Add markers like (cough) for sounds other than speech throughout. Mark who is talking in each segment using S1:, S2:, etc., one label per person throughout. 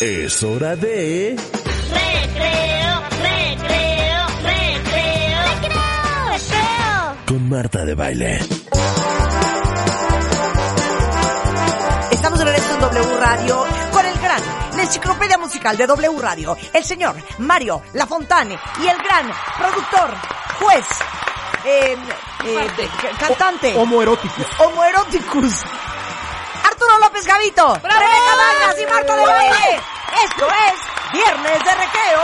S1: Es hora de...
S2: Recreo, recreo, recreo. Recreo, recreo.
S1: Con Marta de Baile.
S3: Estamos de regreso en W Radio con el gran, la enciclopedia musical de W Radio, el señor Mario Lafontane y el gran productor, juez, eh, eh, ca- cantante,
S4: Homoeróticos.
S3: homoeroticus, Arturo López Gavito, Rebeca Vargas y Marta de Baile. Esto es Viernes de Recreo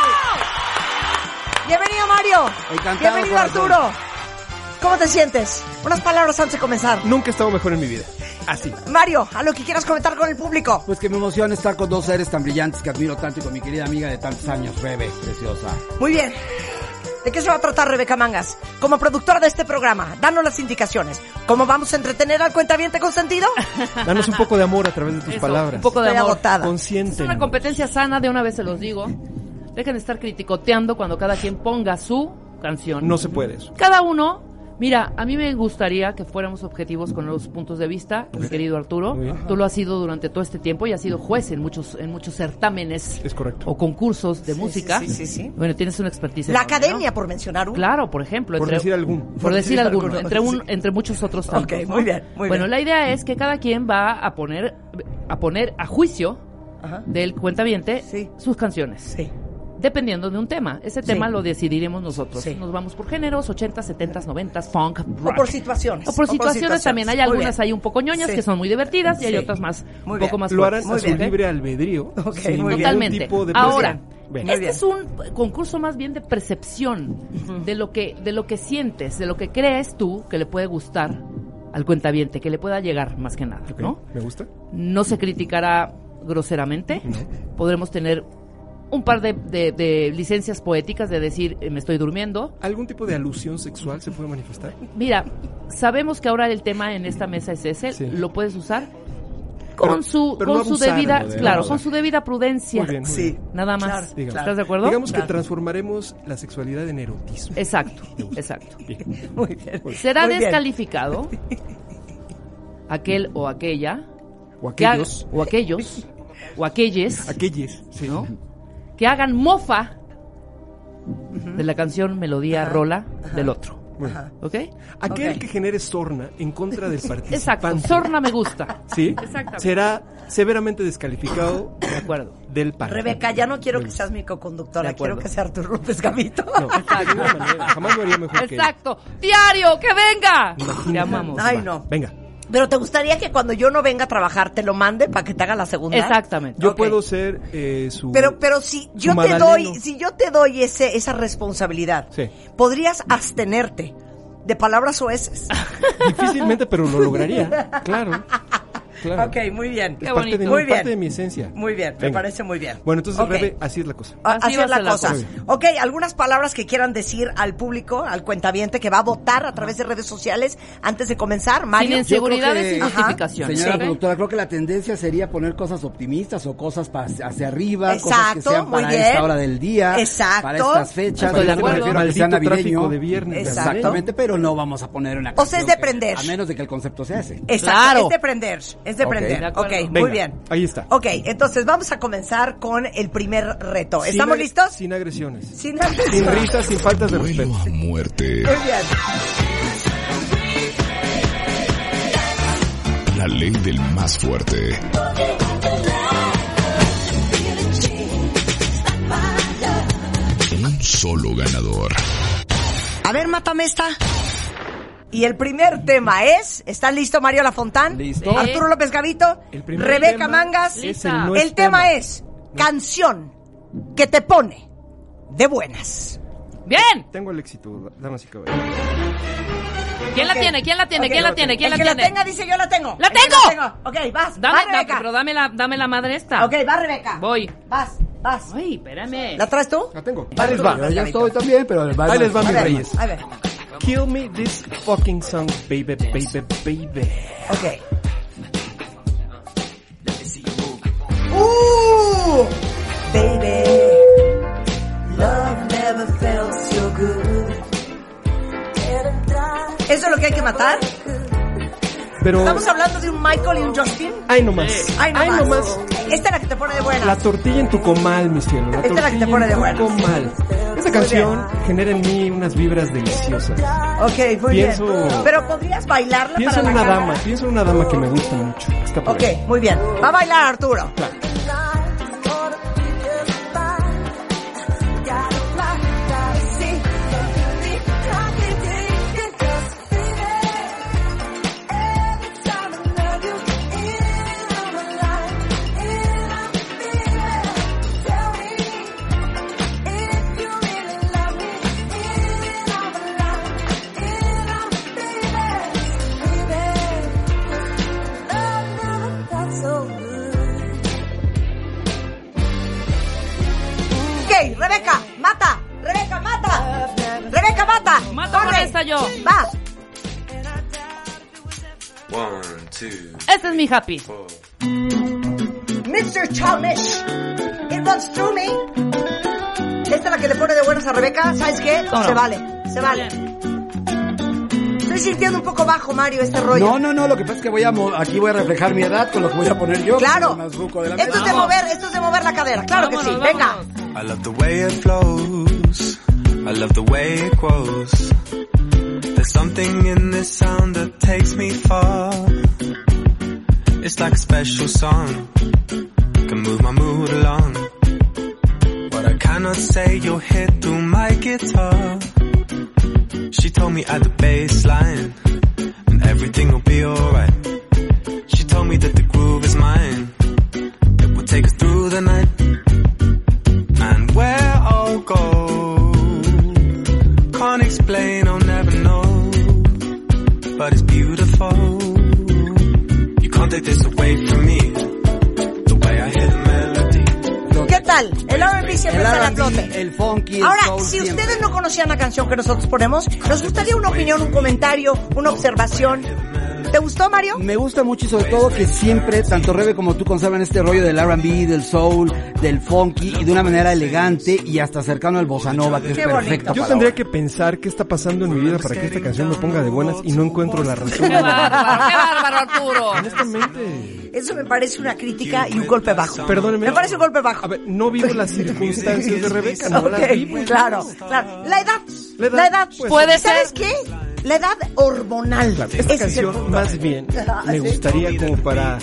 S3: Musical. Bienvenido Mario.
S4: Encantado,
S3: Bienvenido
S4: corazón.
S3: Arturo. ¿Cómo te sientes? Unas palabras antes de comenzar.
S4: Nunca he estado mejor en mi vida. Así.
S3: Mario, a lo que quieras comentar con el público.
S4: Pues que me emociona estar con dos seres tan brillantes que admiro tanto y con mi querida amiga de tantos años, Rebe, preciosa.
S3: Muy bien. ¿De qué se va a tratar Rebeca Mangas? Como productora de este programa, danos las indicaciones. ¿Cómo vamos a entretener al cuentaviente
S5: (laughs)
S3: consentido?
S6: Danos un poco de amor a través de tus
S5: Eso,
S6: palabras.
S5: Un poco de
S3: Estoy
S5: amor.
S3: agotada.
S5: Es
S6: Consciente.
S5: una competencia sana, de una vez se los digo. Dejen de estar criticoteando cuando cada quien ponga su canción.
S6: No se puede eso.
S5: Cada uno, mira, a mí me gustaría que fuéramos objetivos con los puntos de vista, mi querido Arturo.
S6: Muy bien.
S5: Tú lo has sido durante todo este tiempo y has sido juez en muchos en muchos certámenes
S6: Es correcto.
S5: o concursos de música.
S3: sí, sí, sí.
S5: Bueno, tienes una expertise.
S3: La
S5: enorme,
S3: academia,
S5: ¿no?
S3: por mencionar uno.
S5: Claro, por ejemplo,
S6: Por
S5: entre-
S6: decir algún.
S5: por decir alguno, entre,
S3: sí.
S5: un, entre muchos otros tantos.
S3: Ok,
S5: ¿no?
S3: muy bien, muy
S5: bueno,
S3: bien.
S5: la idea es que cada quien va a poner a poner a juicio
S3: Ajá.
S5: del cuentaviente
S3: Sí.
S5: sus canciones.
S3: Sí.
S5: Dependiendo de un tema. Ese tema lo decidiremos nosotros.
S3: Sí.
S5: Nos vamos por géneros, 80, 70, 90, funk,
S3: O
S5: rock.
S3: por situaciones.
S5: O por situaciones también. Hay
S3: Muy
S5: algunas
S3: bien.
S5: ahí un poco ñoñas
S3: Sí.
S5: que son muy divertidas y hay
S3: Sí.
S5: otras más
S3: Muy
S5: un
S3: bien.
S5: poco más
S6: Lo harán
S5: fuertes.
S6: a su
S3: Muy bien.
S6: libre albedrío.
S3: Ok,
S6: sin
S3: muy
S6: ningún
S3: bien.
S5: ¿eh? Totalmente.
S6: tipo de
S5: Ahora,
S6: presión.
S3: Bien.
S5: este es un concurso más bien de percepción de lo que de lo que sientes, de lo que crees tú que le puede gustar al cuentaviente, que le pueda llegar más que nada,
S6: Ok,
S5: ¿no?
S6: Me gusta.
S5: No se criticará groseramente.
S6: No.
S5: Podremos tener un par de, de- de licencias poéticas de decir eh, me estoy durmiendo.
S6: ¿Algún tipo de alusión sexual se puede manifestar?
S5: Mira, sabemos que ahora el tema en esta mesa es ese,
S6: Sí.
S5: lo puedes usar con
S6: Pero-
S5: su
S6: pero no
S5: con su
S6: abusar,
S5: debida,
S6: ¿no? De-
S5: claro,
S6: no
S5: con
S6: abusar.
S5: su debida prudencia.
S6: Muy bien, muy
S3: Sí.
S6: bien.
S5: Nada más.
S6: Digamos.
S5: ¿Estás de acuerdo? Eh,
S6: Digamos que
S3: Claro.
S6: transformaremos la sexualidad en erotismo. (laughs)
S5: Exacto, exacto.
S3: Muy bien.
S5: (laughs) Será
S3: Muy bien.
S6: (laughs)
S5: descalificado aquel o aquella
S6: O
S5: que haga-
S6: aquellos. (laughs)
S5: o aquellos o aquelles
S6: Aquelles. Sí.
S5: ¿no? que hagan mofa de la canción melodía rola del otro.
S6: Muy bien.
S5: ¿Ok?
S6: Aquel
S3: Ok.
S6: que genere sorna en contra del participante.
S5: (laughs) Exacto. Sorna me gusta.
S6: ¿Sí?
S5: Exactamente.
S6: Será severamente descalificado
S5: De acuerdo.
S6: del partido.
S3: Rebeca, ya no quiero que seas mi coconductora,
S5: De
S3: quiero
S5: acuerdo.
S3: que sea Arturo López Gavito. (laughs)
S6: No, de ninguna manera. Jamás lo haría mejor que ella.
S5: Exacto. Diario, que venga. Te
S6: Imagínate.
S5: amamos.
S3: Ay,
S6: Va,
S3: no.
S6: Venga.
S3: Pero te gustaría que cuando yo no venga a trabajar te lo mande para que te haga la segunda.
S5: Exactamente.
S6: Yo
S3: Ok.
S6: puedo ser eh, su.
S3: Pero, pero si yo
S6: su
S3: te
S6: Madaleno.
S3: doy, si yo te doy ese, esa responsabilidad,
S6: Sí.
S3: podrías abstenerte de palabras oeces.
S6: Ah, Difícilmente, pero
S3: (laughs)
S6: lo lograría. Claro. claro.
S3: Ok, muy bien.
S6: Es
S5: Qué
S6: parte de
S5: bonito.
S6: mi-
S3: Muy
S6: es
S3: bien.
S6: parte de mi esencia.
S3: Muy bien, me
S6: Venga.
S3: parece muy bien.
S6: Bueno, entonces,
S3: Ok.
S6: Rebe, así es la cosa.
S3: A-
S5: Así
S3: Así es
S5: va a
S3: la
S5: ser la
S3: cosa.
S5: cosa.
S3: Ok, algunas palabras que quieran decir al público, al cuentaviente que va a votar a través de redes sociales antes de comenzar. Mario,
S5: Sin
S4: Yo creo
S5: inseguridades,
S4: que-
S5: sin
S3: Ajá.
S5: justificaciones.
S4: Señora
S5: ¿ok?
S4: productora, creo que la tendencia sería poner cosas optimistas o cosas pa- hacia arriba, cosas que
S3: Exacto,
S4: sean
S3: muy
S4: para
S3: bien.
S4: esta hora del día,
S3: Exacto.
S4: para estas fechas, para
S5: Estoy de
S4: este
S5: acuerdo.
S4: para que
S6: Maldito
S4: sea navideño.
S6: tráfico de viernes.
S3: Exacto.
S4: Exactamente, pero no vamos a poner una
S3: O sea, es
S4: canción
S3: de prender.
S4: que- A menos de que el concepto sea ese.
S3: Exacto,
S5: Claro.
S3: es de prender, es de
S4: Ok.
S3: prender.
S5: De
S3: Ok,
S5: acuerdo.
S3: muy
S6: Venga,
S3: bien.
S6: Ahí está.
S3: Ok, entonces vamos a comenzar con el primer reto.
S6: Sin
S3: ¿Estamos
S6: ag-
S3: listos?
S6: Sin agresiones.
S3: Sin (laughs)
S6: Sin risas, sin faltas de respeto.
S1: a muerte.
S3: Muy bien.
S1: La ley del más fuerte. Un solo ganador.
S3: A ver, mátame esta. Y el primer tema es, ¿están listo Mario Lafontán?
S6: Listo.
S5: Sí.
S3: Arturo López Gavito,
S6: El primer
S3: Rebeca
S6: tema
S3: Mangas.
S5: es
S6: el no
S3: el
S6: es
S3: tema,
S6: tema.
S3: es canción que te pone de buenas.
S5: Bien.
S6: Tengo el éxito, damas y caballeros.
S5: ¿Quién la
S3: Ok.
S5: tiene? ¿Quién la tiene?
S3: Ok,
S5: ¿Quién la
S3: ok.
S5: tiene? ¿Quién
S3: El
S5: la
S3: que
S5: tiene?
S3: la tenga dice yo la tengo.
S5: ¡La
S3: El que
S5: tengo!
S3: Ok, vas.
S5: Dame,
S3: va,
S5: dame,
S3: Rebeca.
S5: pero dame la, dame la madre esta.
S3: Ok, va, Rebeca.
S5: Voy.
S3: Vas, vas.
S5: Ay, espérame.
S3: ¿La traes tú?
S6: La tengo.
S3: Vas
S6: Ahí les
S3: tú,
S6: va.
S3: vas,
S4: Yo
S3: Gabito.
S4: estoy también, pero les va,
S6: Ahí les va,
S3: A
S6: mis
S3: ver,
S6: reyes.
S3: A ver,
S6: Kill me this fucking song, baby, baby, baby.
S3: ok. ¡Uh! Baby, love never felt so good. ¿Eso es lo que hay que matar?
S6: Pero,
S3: ¿Estamos hablando de un Michael y un Justin?
S6: ay nomás.
S3: Ay, no
S6: Ay
S3: más.
S6: nomás.
S3: Esta es la que te pone de
S6: La
S3: buena.
S6: tortilla en tu comal, mi cielo. La
S3: Esta es la que te
S6: tortilla
S3: pone de
S6: en tu
S3: buenas.
S6: comal. Esta canción genera en mí unas vibras deliciosas.
S3: Ok, muy
S6: Pienso-
S3: bien. Pero podrías bailarla
S6: Pienso en
S3: para la
S6: una
S3: cámara?
S6: dama, pienso en una dama que me gusta mucho. que Está por
S3: Ok,
S6: ahí.
S3: muy bien. Va a bailar Arturo.
S6: Claro.
S3: Ok, Rebeca, mata. Rebeca, mata. Rebeca, mata.
S5: Mato con
S3: Corre.
S5: esta yo.
S3: Va.
S5: Este es mi happy.
S3: Oh. Mr. Childish. It runs through me. Esta es la que le pone de buenas a Rebeca. ¿Sabes qué?
S5: ¿Cómo no?
S3: Se vale, se vale. Estoy sintiendo un poco bajo, Mario, este rollo.
S4: No, no, no, lo que pasa es que voy a mo- aquí voy a reflejar mi edad con lo que voy a poner yo. que soy
S3: Claro.
S4: el más ruco de la
S3: Esto es
S4: mesa.
S3: de
S5: Vamos.
S3: mover, esto es de mover la cadera. Claro que sí.
S5: Vámonos,
S3: Venga.
S5: vámonos.
S7: I love the way it flows. I love the way it grows. There's something in this sound that takes me far. It's like a special song. Can move my mood along. But I cannot say you'll hit through my guitar. She told me at the bass line. And everything will be alright. She told me that the groove is mine. It will take us through the night and where I'll go. Can't explain, I'll never know. But it's beautiful. You can't take this away from me. The way I hear the melody.
S3: ¿Qué tal? El R&B siempre sale
S4: El
S3: a
S4: R&B,
S3: flote.
S4: El funky, el
S3: Ahora,
S4: soul
S3: si
S4: siempre.
S3: ustedes no conocían la canción que nosotros ponemos, nos gustaría una opinión, un comentario, una observación. ¿Te gustó, Mario?
S4: Me gusta mucho y sobre todo que siempre, tanto Rebe como tú conservan este rollo del R&B, del soul, del funky y de una manera elegante y hasta cercano al bossa nova, que es
S3: Qué bonito.
S4: perfecto
S6: Yo
S4: para
S6: tendría
S4: ahora.
S6: que pensar qué está pasando en mi vida para que esta canción me ponga de buenas y no encuentro la razón.
S5: Qué
S3: (laughs)
S5: bárbaro, qué bárbaro, Arturo.
S6: Honestamente.
S3: Eso me parece una crítica y un golpe bajo.
S6: Perdóneme.
S3: Me parece un golpe bajo.
S6: A ver, no vivo
S3: (laughs)
S6: las circunstancias de Rebeca, no las
S3: Ok,
S6: vivo.
S3: claro, claro. La edad, la
S6: La
S3: edad,
S6: edad, pues,
S5: Puede
S3: ¿Sabes
S5: ser.
S3: qué? La edad hormonal.
S6: Claro, esta
S3: Ese es el
S6: canción
S3: punto.
S6: más bien me gustaría como para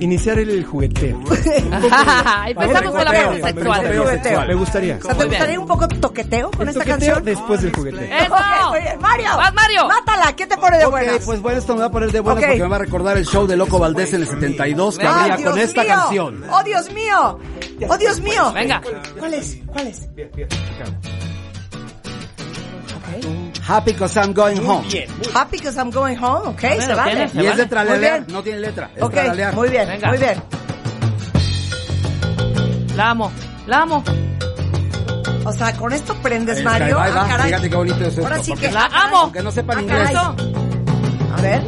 S6: iniciar el, el jugueteo.
S3: este
S5: Ajá, (laughs) Empezamos con la
S3: Para
S5: parte
S3: el
S5: sexual.
S3: jugueteo.
S6: Jugueteo sexual. Me gustaría.
S3: O sea, ¿te
S5: Muy bien.
S3: gustaría un poco toqueteo con
S6: El
S3: esta
S6: toqueteo
S3: canción?
S6: Después del jugueteo.
S3: (laughs)
S5: ¡Eso!
S3: Ok, muy bien. Mario,
S5: ¡Vas, Mario!
S3: mátala, ¿qué te pone de
S4: Ok,
S3: buenas?
S4: pues bueno, esto me va a poner de buenas
S3: Ok.
S4: porque me va a recordar el show de Loco Valdés en el 72 que
S5: Ay,
S4: abría
S3: Dios
S4: con esta
S3: mío!
S4: canción.
S3: ¡Oh, Dios mío! ¡Oh, Dios mío!
S5: Venga.
S3: ¿Cuál es? ¿Cuál es?
S4: Happy cause I'm going home.
S3: Happy because I'm going home, ok, se
S5: lo
S3: vale.
S5: tienes.
S4: Y es de tralalear,
S3: Muy bien.
S4: no tiene letra. Es
S3: Ok,
S4: tralalear.
S3: muy bien,
S5: Venga.
S3: muy bien.
S5: La amo, la amo,
S3: O sea, con esto prendes,
S4: Es
S3: Mario.
S4: que ahí va,
S3: Ah, caray.
S4: Fíjate qué bonito es esto.
S3: Ahora sí
S4: porque-
S3: que...
S5: la
S3: ah, caray.
S5: amo.
S4: Aunque no sepan
S3: Ah,
S4: inglés.
S3: caray.
S5: Eso.
S3: A ver.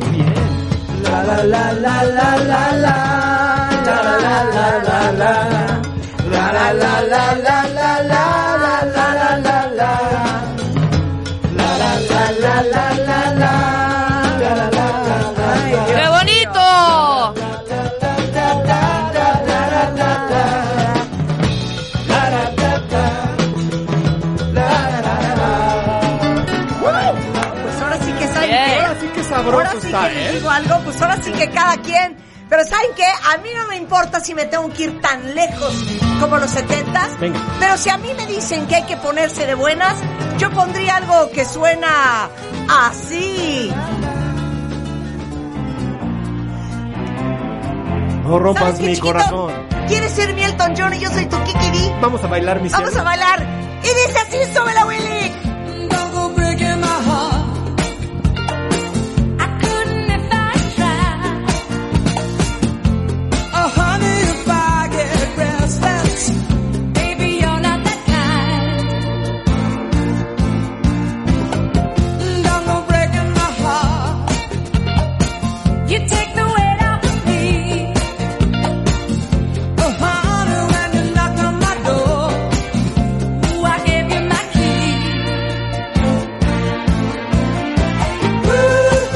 S5: ¡Qué bonito!
S3: Pues ahora sí que saben
S5: Bien.
S3: qué.
S5: Ahora
S6: sí que sabroso
S3: Ahora sí
S6: está,
S3: que les
S6: ¿eh?
S3: digo algo, pues ahora sí que cada quien. Pero ¿saben qué? A mí no me importa si me tengo que ir tan lejos como los setentas.
S6: Venga.
S3: Pero si a mí me dicen que hay que ponerse de buenas, yo pondría algo que suena así.
S6: No
S3: ¿Sabes
S6: rompas
S3: qué,
S6: mi
S3: chiquito?
S6: corazón.
S3: ¿Quieres ser mi Elton John y yo soy tu Kiki D?
S6: Vamos a bailar, mi
S3: Vamos a
S6: cielo.
S3: bailar. Y dice así, sube la Willy.
S8: Oh, You take the weight off of me. Oh, honey, when you knock on my door, ooh, I give you my key. Ooh,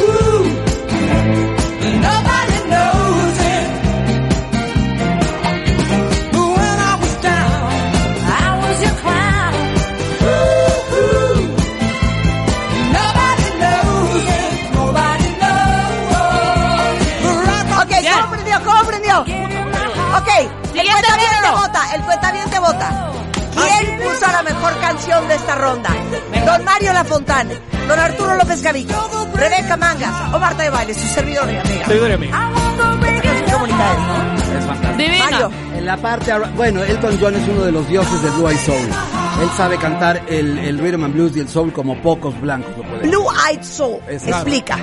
S8: ooh, nobody knows it. When I was down, I was your clown. Ooh, ooh, nobody knows it. Nobody knows it.
S3: Ok, ¿cómo aprendió? ¿Cómo aprendió? Ok, el
S8: Siguiente
S3: cuentaviente
S8: video.
S3: vota, el cuentaviente vota. ¿Quién puso la mejor canción de esta ronda? Don Mario Lafontán, Don Arturo López Gavillo, Rebeca Mangas o Marta de Baile, su servidor y amiga.
S9: Seguidor mío.
S3: Esta canción bonita es, ¿no?
S9: Es fantástico.
S5: Divina.
S3: Mario,
S4: En la parte, ar- bueno, Elton John es uno de los dioses de Blue Eyed Soul. Él sabe cantar el, el rhythm and blues y el soul como pocos blancos lo pueden.
S3: Blue Eyed Soul,
S4: Exacto.
S3: explica.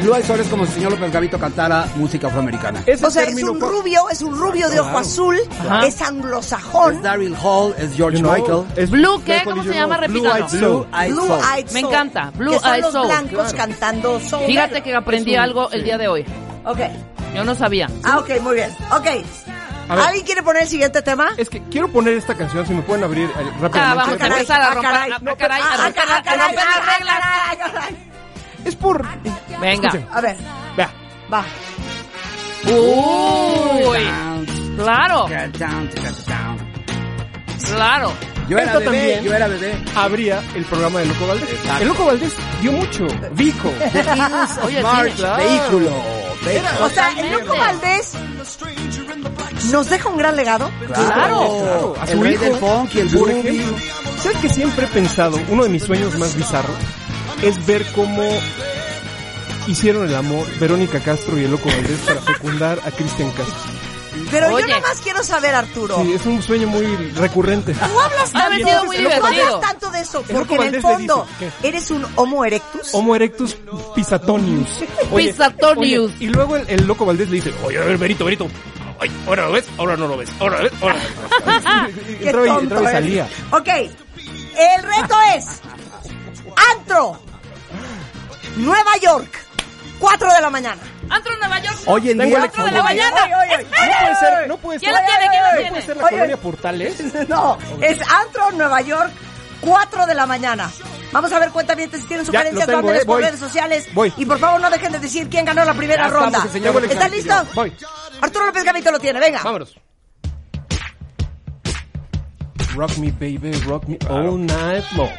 S4: Blue Eyed Soul es como si el señor López Gavito cantara música afroamericana.
S9: Ese
S3: O sea, es
S9: término
S3: un
S9: fue-
S3: rubio, es un rubio de ojo azul,
S5: Ajá.
S3: es anglosajón.
S4: Es Daryl Hall, es George
S6: You know,
S4: Michael.
S6: es-
S5: Blue, ¿qué?
S6: Michael
S5: ¿Cómo
S6: y
S5: se
S6: yo
S5: llama?
S6: no. Blue
S5: Repítalo.
S6: Eyed Soul.
S4: Eyed
S3: Blue
S4: Soul.
S3: Eyed
S5: Me
S3: Soul,
S5: encanta, Blue
S3: que son
S5: Eyed
S3: los
S5: Soul,
S3: blancos
S5: claro.
S3: cantando soul.
S5: Fíjate que aprendí algo el día de hoy.
S3: Ok.
S5: Yo no sabía.
S3: Ah, ok, muy bien. Ok.
S6: A ver.
S3: ¿Alguien quiere poner el siguiente tema?
S6: Es que quiero poner esta canción, si me pueden abrir eh,
S5: Ya,
S6: rápidamente.
S5: vamos a empezar a romper, a- a- caray, a
S3: Ah,
S5: romper-
S3: ah,
S5: a
S3: caray,
S5: romper las
S3: ah,
S5: reglas.
S3: caray, ah, caray.
S6: Es por...
S5: Venga.
S6: Escuchen.
S3: A ver,
S6: Vea.
S3: va.
S5: Uy, claro, claro.
S4: Yo era
S6: Esto
S4: bebé,
S6: también.
S4: yo era bebé.
S6: Abría el programa de Loco Valdés.
S4: Exacto.
S6: El Loco Valdés dio mucho. Vico.
S3: (laughs)
S5: Oye,
S4: Smart
S5: sí,
S4: vehículo.
S3: O sea, el Loco Valdés nos deja un gran legado.
S6: Claro, a
S4: El
S6: su
S4: rey
S6: hijo,
S4: del funk y el
S6: por
S4: groovy.
S6: ejemplo. ¿Sabes que siempre he pensado, uno de mis sueños más bizarros es ver cómo hicieron el amor Verónica Castro y el Loco Valdés para fecundar a Cristian Castro?
S3: Pero yo
S5: Oye.
S3: nada más quiero saber, Arturo.
S6: Sí, es un sueño muy recurrente.
S3: Tú hablas
S5: Ha
S3: tanto,
S5: sido muy
S3: tú hablas
S5: divertido.
S3: tanto de eso,
S6: El
S3: porque
S6: Loco
S3: en el
S6: Valdés le
S3: fondo
S6: dice,
S3: eres un homo erectus.
S6: Homo erectus pisatonius. Oye,
S5: Pisatonius.
S6: oye, y luego el, el Loco Valdés le dice, oye, a ver, Berito, Berito. Ay, ahora lo ves, ahora no lo ves, ahora lo ves,
S3: (laughs)
S6: ahora lo ves. Y
S3: Qué
S6: entraba y,
S3: tonto ¿eh?
S6: entraba y
S3: eres.
S6: salía.
S3: Ok, el reto es Antro, Nueva York, 4 de la mañana.
S5: Antro Nueva York.
S4: Hoy en
S6: Tengo
S4: día,
S6: el
S5: Cuatro de la
S4: como-
S5: mañana.
S6: No puede ser, no puede ser.
S5: ¿Quién lo tiene? ¿Quién lo
S6: no
S5: tiene?
S6: puede ser la
S3: Oye,
S6: colonia Portales.
S3: No, es Antro, Nueva York, 4 de la mañana. Vamos a ver, cuentavientes, si tienen sugerencias,
S6: lo tengo,
S3: mándenles
S6: eh,
S3: por
S6: voy.
S3: redes sociales.
S6: Voy.
S3: Y por favor, no dejen de decir quién ganó la primera
S6: Ya estamos,
S3: ronda.
S6: señor. Tengo el
S3: ¿Están
S6: examen.
S3: listos?
S6: Voy.
S3: Arturo López Gavito lo tiene, venga.
S6: Vámonos. Rock me, baby, rock me all night long.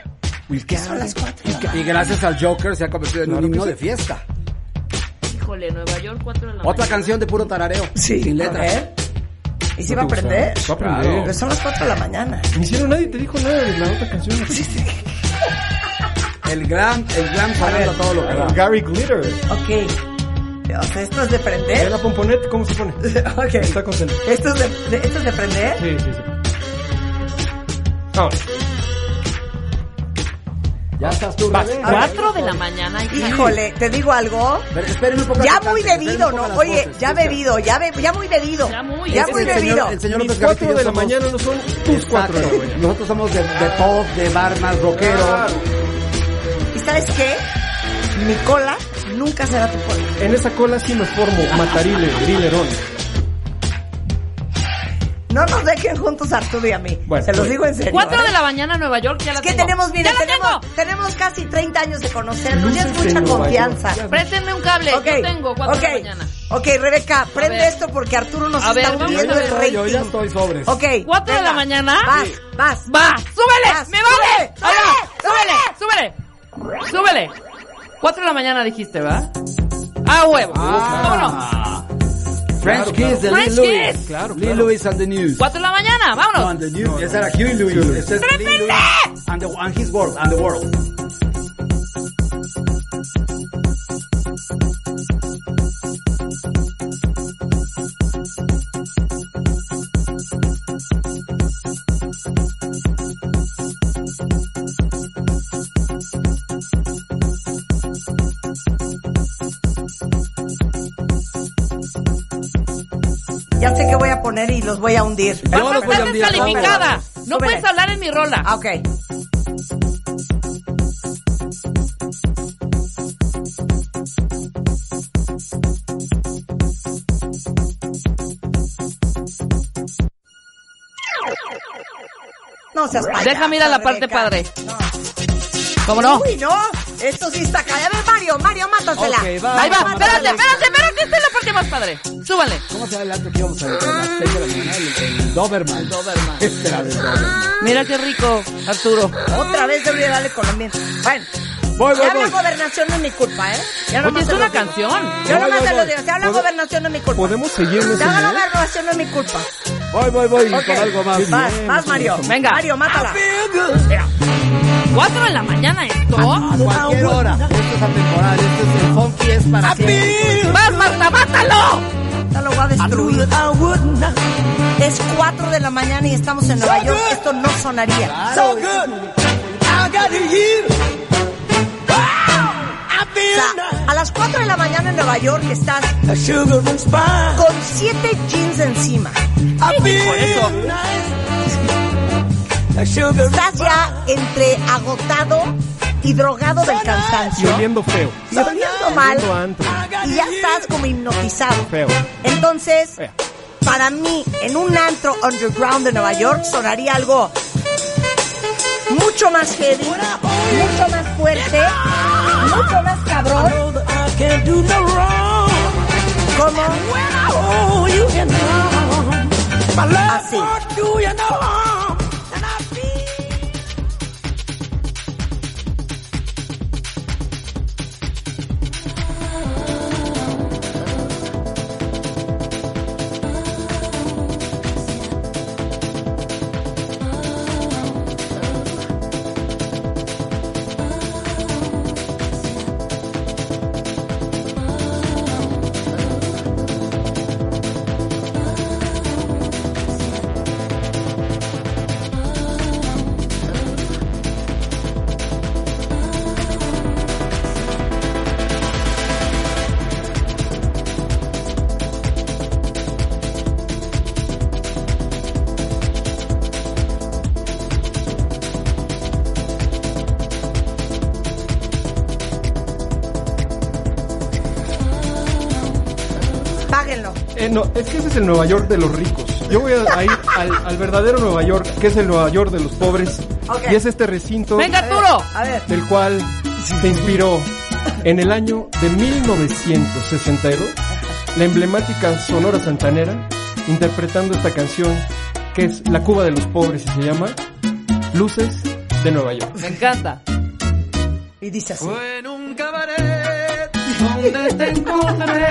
S6: We've got it.
S4: Y gracias al Joker se ha convertido en
S6: Claro
S4: un
S6: que
S4: himno
S6: sí.
S4: de fiesta.
S5: Híjole, Nueva York, 4 de la
S4: Otra canción de puro tarareo. Sin
S3: A
S4: letras.
S3: ver. ¿eh? ¿Y si va a aprender?
S6: Va a aprender.
S3: Pero son las 4 de la mañana.
S6: Ni hicieron nadie te dijo nada de la otra canción.
S4: El gran, el gran saludo a todo lo que da.
S6: Ah, Gary Glitter.
S3: Ok. O sea, esto es de
S6: ¿Eh?
S3: prender.
S6: la pomponete, ¿cómo se pone?
S3: (laughs) Ok.
S6: Está contento.
S3: ¿Esto es de, de- esto es de prender?
S6: Sí, sí, sí. Vámonos.
S4: Ya estás tú,
S6: Vas.
S4: Rebeca.
S5: 4 de la mañana. hija.
S3: Híjole, te digo algo.
S4: Pero esperen un poco
S3: Ya
S4: las
S3: muy
S4: canciones,
S3: bebido,
S4: esperen un
S3: ¿no?
S4: poco las
S3: Oye,
S4: voces,
S3: ya
S4: escucha.
S3: bebido, ya, be- ya muy bebido.
S5: Ya muy.
S3: Ya
S5: Es
S3: muy
S4: el señor-
S3: bebido.
S4: el señor
S6: Mis
S4: López Gavito
S6: 4
S4: y yo
S6: de la
S4: somos-
S6: mañana no son tus 4 de la
S4: Exacto.
S6: mañana.
S4: Nosotros somos de, de pop, de bar más rockero.
S3: ¿Y sabes qué? Mi cola nunca será tu cola.
S6: En esa cola sí me formo, matarile, grilerón.
S3: No nos dejen juntos a Arturo y a mí.
S6: Bueno,
S3: Se los
S6: bueno.
S3: digo en serio.
S5: 4
S3: ¿eh?
S5: de la mañana, Nueva York, ya la
S3: Es que
S5: tengo.
S3: tenemos, mira,
S5: ¡Ya la
S3: tenemos,
S5: tengo!
S3: tenemos casi 30 años de conocernos. Ya es
S6: Luces de
S3: mucha
S6: Nueva
S3: confianza.
S6: York.
S5: Préstenme un cable,
S3: Ok,
S5: Eh, yo tengo 4
S3: ok,
S5: de la mañana.
S3: ok, Rebeca, prende
S5: ver.
S3: esto porque Arturo nos
S5: A ver,
S3: está
S5: vamos
S3: hundiendo
S5: a
S3: el
S5: ver.
S3: rating.
S4: Yo ya estoy sobres.
S3: Ok.
S5: ¿Cuatro de
S3: venga.
S5: la mañana?
S3: Vas,
S5: Sí.
S3: vas.
S5: ¡Va! ¡Súbele!
S3: Vas,
S5: ¡Me vale!
S3: Ah, súbele,
S5: ¡Ahora! ¡Ah! ¡Súbele! ¡Súbele! 4 de la mañana dijiste, ¿verdad? ¡Ah, huevo! ¡Vámonos!
S4: French Kiss de
S5: French
S4: Lee Lewis.
S5: Kiss.
S4: Claro, Lee Lewis and the News.
S5: 4 de la mañana,
S4: No, and
S5: vámonos.
S4: the News. Esa era Huey Lewis. Este es Lee
S5: ¡Tremenda!
S4: Lewis and, the, and his world, and the world.
S3: Ya sé que voy a poner y los voy a hundir.
S4: Yo
S5: ¡Vas a
S4: los voy a
S5: estar
S4: hundir a todos.
S5: descalificada! No
S3: Súbele.
S5: puedes hablar en mi
S3: Ah,
S5: rola.
S3: ok. no seas payaso,
S5: Déjame ir a la parte
S3: Rebeca.
S5: padre. ¿Cómo no?
S3: Uy, no. Esto sí está acá. A ver, Mario, Mario, mátasela.
S4: Ok, va.
S5: Ahí va,
S4: Vamos,
S5: espérate,
S4: dale.
S5: espérate, espérate, esta es la parte más padre. Súbale.
S4: ¿Cómo se adelanta que íbamos a meter a las seis de la mañana? El, el Doberman. El Doberman. Este era del Doberman.
S5: Mira qué rico, Arturo.
S3: Otra vez debería darle colombiano. Bueno.
S4: Voy,
S3: Si
S4: voy,
S3: habla
S4: voy.
S3: gobernación no es mi culpa, ¿eh? Ya
S5: Oye,
S3: nomás
S5: es
S3: se
S5: una
S3: los digo. Yo
S5: canción.
S3: nomás
S4: Voy,
S3: se
S4: voy,
S3: lo
S4: voy.
S3: digo. Si habla
S6: ¿Puedo-
S3: gobernación no es mi culpa.
S6: ¿Podemos seguir en
S3: Si
S6: ese
S3: habla
S6: nivel?
S3: gobernación no es mi culpa.
S4: Voy, voy, voy.
S3: Ok.
S4: Con algo más.
S3: Vas,
S4: Bien,
S3: vas,
S4: mucho
S3: Mario.
S4: gusto.
S5: Venga.
S3: Mario, mátala.
S5: ¿Cuatro de la mañana esto?
S3: Ah,
S4: A cualquier hora. Esto es atemporal. Esto es el funky. Es para siempre.
S5: ¡Vas, Marta, mátalo!
S3: Ya lo voy a destruir. Es 4 de la mañana y estamos en Nueva York. Esto no sonaría.
S4: So good.
S3: O sea, a las 4 de la mañana en Nueva York estás con 7 jeans encima.
S5: Por eso.
S3: Estás ya entre agotado y drogado del
S6: Y
S3: cansancio.
S6: oliendo feo.
S3: Y oliendo mal.
S6: Oliendo a antro.
S3: Y ya estás como hipnotizado.
S6: Feo.
S3: Entonces,
S6: Feo.
S3: para mí, en un antro underground de Nueva York sonaría algo mucho más heavy, mucho más fuerte, mucho más cabrón. Como así. Páguenlo.
S6: Eh, no, es que ese es el Nueva York de los ricos. Yo voy a, a ir al, al verdadero Nueva York, que es el Nueva York de los pobres.
S3: Ok.
S6: Y es este recinto
S5: Venga, Arturo.
S3: A ver,
S6: del cual se inspiró en el año de 1962 la emblemática Sonora Santanera interpretando esta canción que es La Cuba de los Pobres y se llama Luces de Nueva York.
S5: Me encanta.
S3: y dice así.
S7: Fue en un cabaret donde te encontré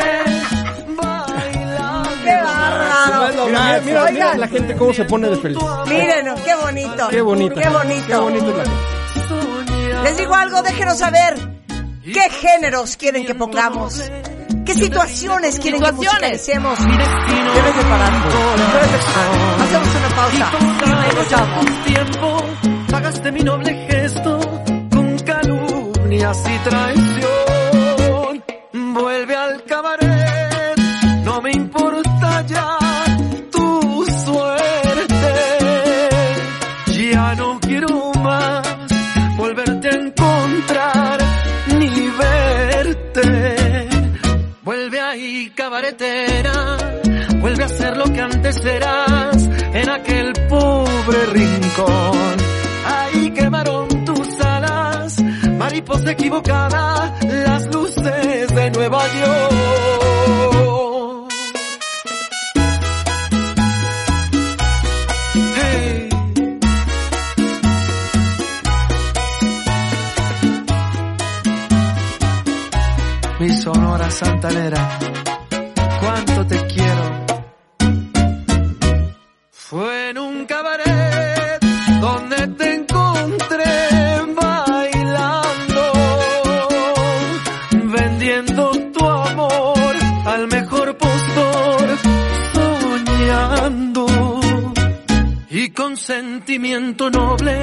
S3: ¡Qué
S7: bailando.
S3: bárbaro!
S6: Mira, mira, mira
S3: Oigan.
S6: la gente cómo se pone de feliz.
S3: Mírenos, qué bonito.
S6: Qué bonito.
S3: Qué bonito.
S6: Qué bonito es la gente.
S3: Les digo algo, déjenos saber qué géneros quieren que pongamos, qué situaciones quieren
S5: Situaciones.
S3: que musicalicemos. Deben de parar. Deben de parar. Hacemos una pausa. Regresamos.
S7: tiempo, pagaste mi noble gesto con calumnias y traición. Vuelve al cabaret, no me importa ya tu suerte. Ya no quiero más volverte a encontrar ni verte. Vuelve ahí, cabaretera. Vuelve a ser lo que antes eras en aquel pobre rincón. Ahí quemaron tus alas, mariposa equivocada, las luces de Nueva York. Hey. Mi sonora santanera, cuánto te quiero. Fue en un cabaret donde te encontré bailando, vendiendo tu amor al mejor postor, soñando y con sentimiento noble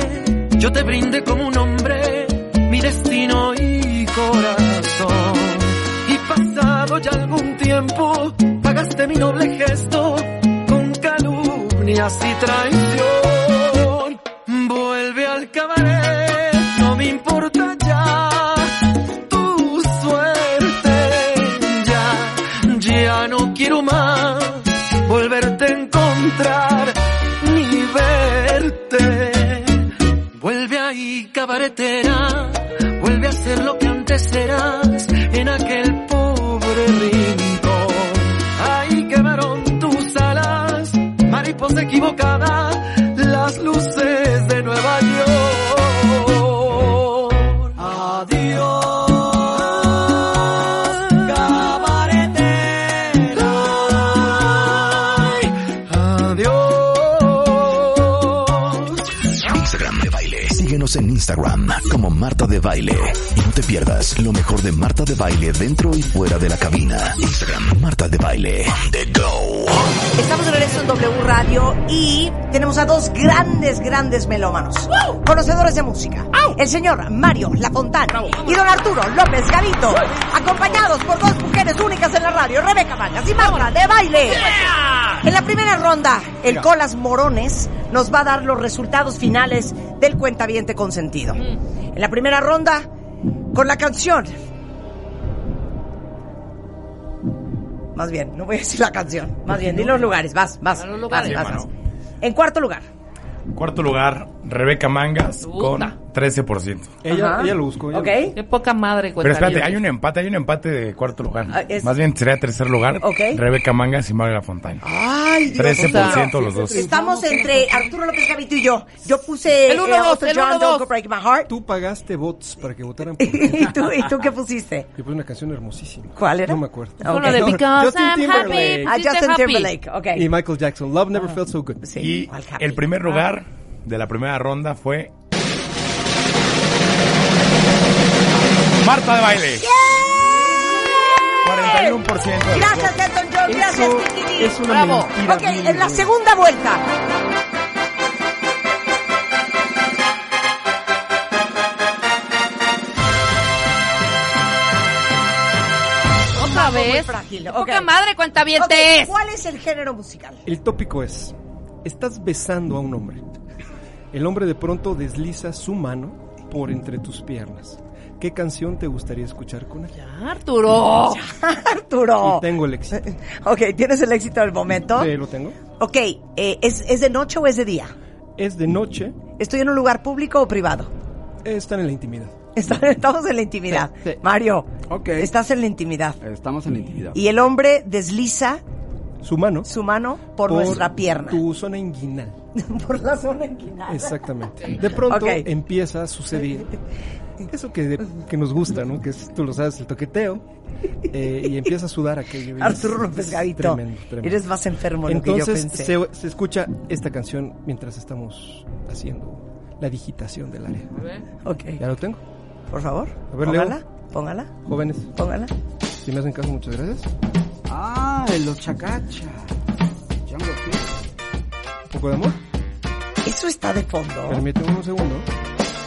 S7: yo te brinde como un hombre mi destino y corazón. Y pasado ya algún tiempo pagaste mi noble gesto con calumnias y traición. Vuelve al cabaret, no me importa ya tu suerte ya, ya no quiero más volverte a encontrar ni verte.
S1: Síguenos en Instagram como Marta de Baile. Y no te pierdas lo mejor de Marta de Baile dentro y fuera de la cabina. Instagram Marta de Baile. On the go.
S3: Estamos de regreso en W Radio y tenemos a dos grandes, grandes melómanos. Conocedores de música. El señor Mario Lafontán y don Arturo López Gavito. Acompañados por dos mujeres únicas en la radio, Rebeca Vargas y Marta de Baile. En la primera ronda, el Colas Morones nos va a dar los resultados finales del cuentaviente consentido.
S5: Mm.
S3: En la primera ronda, con la canción. Más bien, no voy a decir la canción. Más bien, di los lugares. Vas, vas.
S5: A los lugares.
S3: vas, vas, vas.
S9: Sí,
S3: En cuarto lugar.
S9: Cuarto lugar, Rebeca Mangas con
S5: Puta.
S9: 13%.
S6: Ella,
S3: Ajá.
S6: ella lo buscó. ella
S3: Ok.
S6: lo-
S5: Qué poca madre,
S9: Pero espérate,
S5: cuentavientes.
S9: hay un empate, hay un empate de cuarto lugar.
S3: Ah, es-
S9: Más bien sería tercer lugar,
S3: Ok. Ah,
S9: Rebeca Mangas y Mario La Fontaine.
S3: Ay, Dios
S9: 13%
S3: mío.
S9: los dos.
S3: Estamos entre Arturo López Gavito y yo. Yo puse
S5: El uno,
S3: eh,
S5: dos,
S3: Elton
S5: el
S3: John,
S5: uno,
S3: Don't
S5: dos.
S3: Go Break My Heart.
S6: Tú pagaste bots para que votaran por ti.
S3: (laughs) ¿Y tú, ¿Y tú qué pusiste?
S6: Yo puse una canción hermosísima.
S3: ¿Cuál era?
S6: No me acuerdo.
S3: Ah,
S5: Con lo
S3: ok.
S5: de Because
S6: Justin
S5: I'm
S6: Timberlake.
S5: happy.
S3: A Ah, Justin Timberlake, ok. Ah.
S6: Y Michael Jackson, Love Never Felt So Good.
S3: Sí,
S9: Y
S3: ¿cuál happy?
S9: el primer lugar de la primera ronda fue Marta de Baile. 41% de los
S3: Gracias, Elton John. Gracias,
S6: Eso
S3: Tiki.
S6: es una
S5: Bravo.
S6: mentira.
S3: Ok,
S6: bien
S3: en la
S6: grande.
S3: segunda vuelta.
S5: Otra
S3: muy
S5: vez.
S3: frágil,
S5: Qué
S3: ok.
S5: Poca madre,
S3: Ok,
S5: cuentavientes.
S3: ¿Cuál es el género musical? (laughs)
S6: El tópico es, estás besando a un hombre. El hombre de pronto desliza su mano por entre tus piernas. ¿Qué canción te gustaría escuchar con ella?
S5: Ah, Arturo.
S3: Arturo.
S6: Y tengo el éxito.
S3: Ok, ¿tienes el éxito del momento?
S6: Sí, lo tengo.
S3: Ok, eh, ¿es, ¿es de noche o es de día?
S6: Es de noche,
S3: ¿Estoy en un lugar público o privado? (laughs)
S6: eh, están en la intimidad.
S3: Está- Estamos en la intimidad.
S6: Sí, sí.
S3: Mario,
S4: Ok.
S3: estás en la intimidad.
S4: Estamos en la intimidad.
S3: Y el hombre desliza
S6: Su mano
S3: su mano por, nuestra pierna.
S6: Tu zona inguinal.
S3: (laughs) por la zona inquinada.
S6: Exactamente. De
S3: (laughs)
S6: pronto
S3: Ok.
S6: empieza a suceder eso que, que nos gusta, ¿no? Que es, tú lo sabes, el toqueteo. eh, y empieza a sudar aquello. y es-
S3: Arturo López
S6: es
S3: Gavito,
S6: tremendo, tremendo.
S3: eres más enfermo de lo que yo
S6: Entonces
S3: pensé.
S6: Se, se escucha esta canción mientras estamos haciendo la digitación del área.
S3: Ok,
S6: Ya lo tengo.
S3: por favor,
S6: A ver, Leo.
S3: póngala, póngala,
S6: Jóvenes,
S3: póngala.
S6: si me hacen caso, muchas gracias.
S4: Ah, en los chacachas. Django Fett.
S6: Un poco de amor.
S3: Eso está de fondo.
S6: Permíteme un segundo.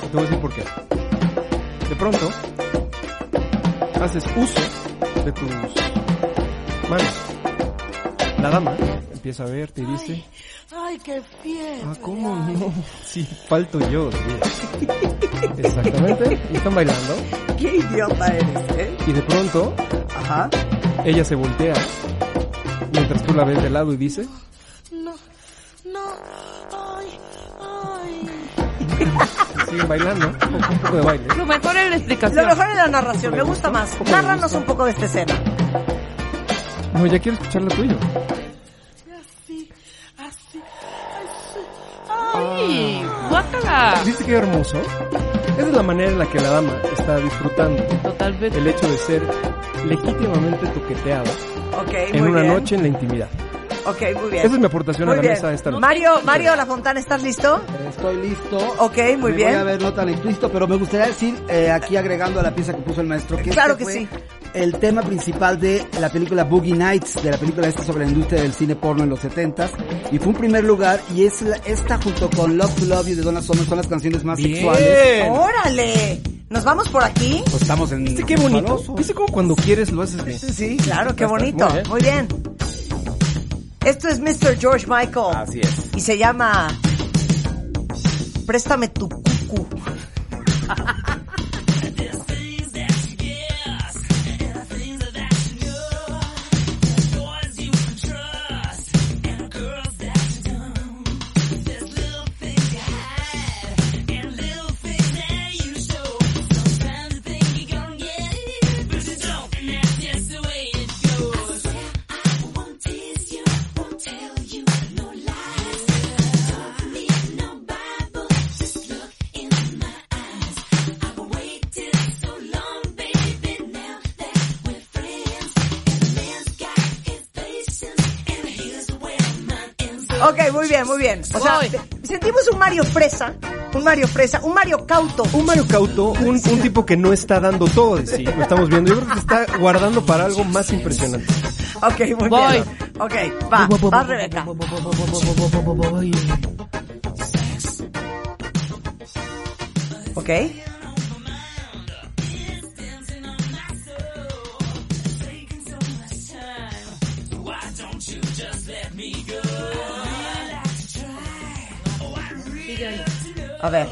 S6: Te voy a decir por qué. De pronto, haces uso de tus manos. La dama empieza a verte y dice... ¡Ay, qué fiesta! Ah, ¿cómo no? Sí, falto yo. sí. (laughs) Exactamente. Y están bailando.
S3: Qué idiota eres, ¿eh?
S6: Y de pronto,
S3: Ajá.
S6: Ella se voltea mientras tú la ves de lado y dice, (laughs) no, no, ay, ay. Siguen bailando, un poco- un poco de baile.
S5: Lo mejor es la explicación.
S3: Lo mejor es la narración, me gusta más. Nárranos un poco de esta escena.
S6: No, ya quiero escuchar lo tuyo.
S5: Ay, guácala.
S6: ¿Viste qué Ah. hermoso? Esa es la manera en la que la dama está disfrutando
S5: Totalmente.
S6: el hecho de ser legítimamente toqueteada
S3: Ok,
S6: en
S3: muy
S6: una
S3: bien.
S6: noche en la intimidad.
S3: Ok, muy bien.
S6: Esa es mi aportación
S3: Muy
S6: a la
S3: bien.
S6: mesa de esta noche.
S3: Mario, Mario La Fontana, ¿estás listo?
S4: Estoy listo.
S3: Ok, muy
S4: Me
S3: bien.
S4: Voy a ver no tan explícito, pero me gustaría decir eh, aquí agregando a la pieza que puso el maestro que
S3: Claro
S4: este
S3: que
S4: fue
S3: sí.
S4: El tema principal de la película Boogie Nights, de la película esta sobre la industria del cine porno en los 70s, y fue un primer lugar y es la- esta junto con Love to Love You de Donna Summer son las canciones más sexuales.
S6: Bien.
S3: ¡Órale! ¿Nos vamos por aquí?
S4: Pues estamos en
S6: ¿Viste qué bonito? ¿Viste cómo cuando quieres lo haces bien?
S3: Sí, claro, qué bonito.
S6: Muy bien.
S3: Muy bien. Esto es Mr. George Michael. Así es. Y se llama Préstame tu cucu. Ok, muy bien, muy bien. O sea,
S5: Voy.
S3: te- sentimos un Mario Fresa un Mario Fresa, un Mario Cauto.
S6: Un Mario Cauto, un, un tipo que no está dando todo de sí, lo estamos viendo. Yo creo que se está guardando para algo más impresionante.
S3: Ok, muy
S5: Voy.
S3: bien. Ok, va, va Rebeca. Ok. A ver,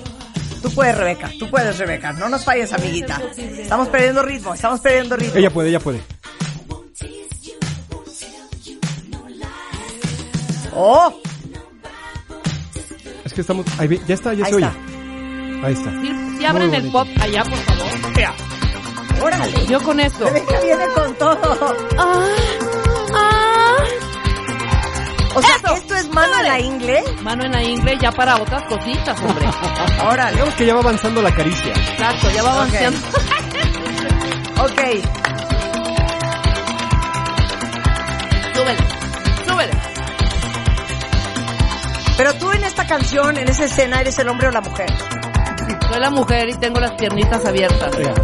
S3: tú puedes, Rebeca, tú puedes, Rebeca. No nos falles, amiguita. Estamos perdiendo ritmo, estamos perdiendo ritmo.
S6: Ella puede, ella puede.
S3: ¡Oh!
S6: Es que estamos. Ahí, ve- ya está, ya
S3: Ahí
S6: se oye.
S3: está.
S6: Ahí está.
S5: Si, abren
S6: Muy
S5: el
S6: bonito.
S5: pop allá, por favor. Vea,
S3: ¡Órale!
S5: yo con esto.
S3: Rebeca viene con todo.
S5: Ah,
S3: O sea,
S5: Eso.
S3: esto es mano a la ingle.
S5: Mano en la ingle ya para otras cositas, hombre.
S3: Órale.
S6: Digamos que ya va avanzando la caricia.
S5: Exacto, ya va
S3: Ok.
S5: avanzando.
S3: Ok.
S5: Súbele, súbele.
S3: Pero tú en esta canción, en esa escena, ¿eres el hombre o la mujer?
S5: Soy la mujer y tengo las piernitas abiertas.
S6: Vea.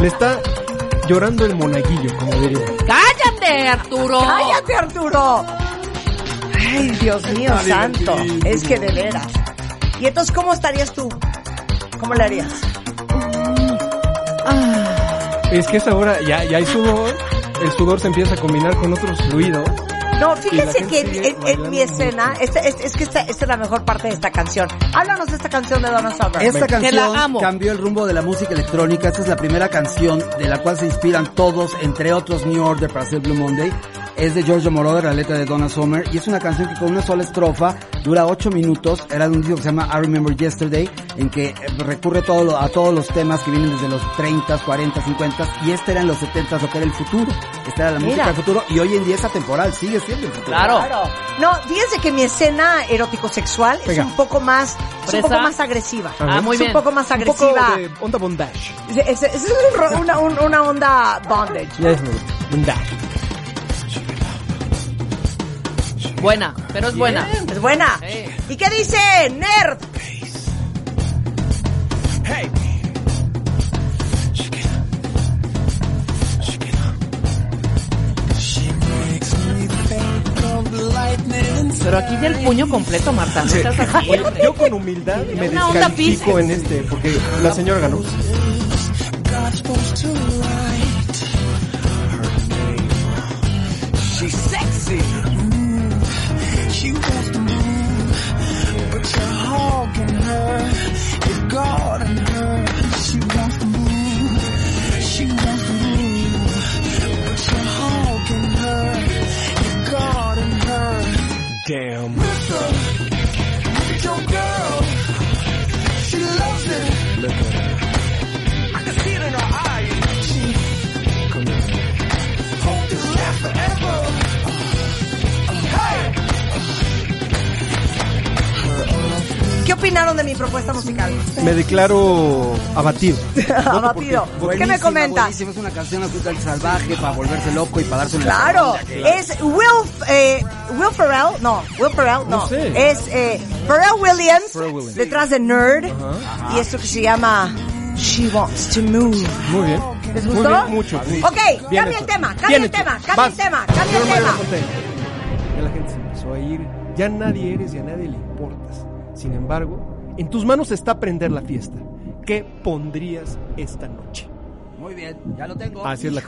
S6: Le está llorando el monaguillo, como diría.
S5: ¡Cállate, Arturo!
S3: ¡Cállate, Arturo! Ay, Dios mío santo. Es que de veras. ¿Y entonces cómo estarías tú? ¿Cómo le harías?
S6: Es que es ahora, ya, ya hay sudor. El sudor se empieza a combinar con otros fluidos.
S3: No,
S6: Y la
S3: fíjense
S6: gente
S3: que en,
S6: sigue
S3: en- en mi
S6: bailando.
S3: escena, esta- es, es que esta, esta es la mejor parte de esta canción. Háblanos de esta canción de Donna Summer.
S4: Esta canción
S5: la amo.
S4: cambió el rumbo de la música electrónica. Esta es la primera canción de la cual se inspiran todos, entre otros New Order para hacer Blue Monday. Es de Giorgio Moroder, la letra de Donna Summer. Y es una canción que con una sola estrofa dura 8 minutos. Era de un disco que se llama I Remember Yesterday, en que eh, recurre todo lo- a todos los temas que vienen desde los 30, 40, 50. Y este era en los 70, lo que era el futuro. Esta era la música del futuro. Y hoy en día es atemporal, sigue siendo el futuro.
S5: Claro.
S3: No, fíjense que mi escena erótico-sexual es
S6: Venga.
S3: un poco más, es un
S5: Fresa.
S3: poco más agresiva.
S5: Ah, muy
S3: es
S5: bien.
S3: un poco más
S6: Un poco
S3: agresiva.
S6: de onda bondage.
S3: Es, es- es un ro- una, un- una onda bondage.
S6: Ya es bondage.
S5: Buena, pero es buena.
S3: Es buena.
S5: Sí.
S3: ¿Y qué dice Nerd?
S5: Pero aquí ya el puño completo, Marta. No estás así.
S6: Oye, yo con humildad me
S5: Una onda
S6: descalifico
S5: Pisces.
S6: en este, porque la señora ganó.
S3: ¿Qué opinaron de mi propuesta
S6: (laughs)
S3: musical? (laughs)
S6: Me declaro abatido.
S3: Abatido. ¿Qué me
S4: Buenísima,
S3: comentas?
S4: buenísima. Es una canción ajusta al salvaje para volverse loco y para darse una
S3: Claro, es Will, eh, Will Ferrell, no, Will Ferrell, no,
S6: No sé.
S3: es eh, Pharrell Williams,
S6: Pharrell Williams.
S3: detrás de Nerd, y esto que se llama She Wants to Move.
S6: Muy bien.
S3: ¿Les
S6: Muy
S3: gustó?
S6: bien, mucho.
S3: Ok,
S6: Bien
S3: cambia
S6: hecho.
S3: el tema, cambia
S6: Bien
S3: el
S6: hecho.
S3: tema, cambia
S6: Vas.
S3: el tema, cambia el
S6: Yo me
S3: tema.
S6: remonté. Ya la gente se empezó a ir. Ya nadie eres y a nadie le importas. Sin embargo, en tus manos está prender la fiesta. ¿Qué pondrías esta noche?
S4: Muy bien, ya lo tengo.
S6: Así es la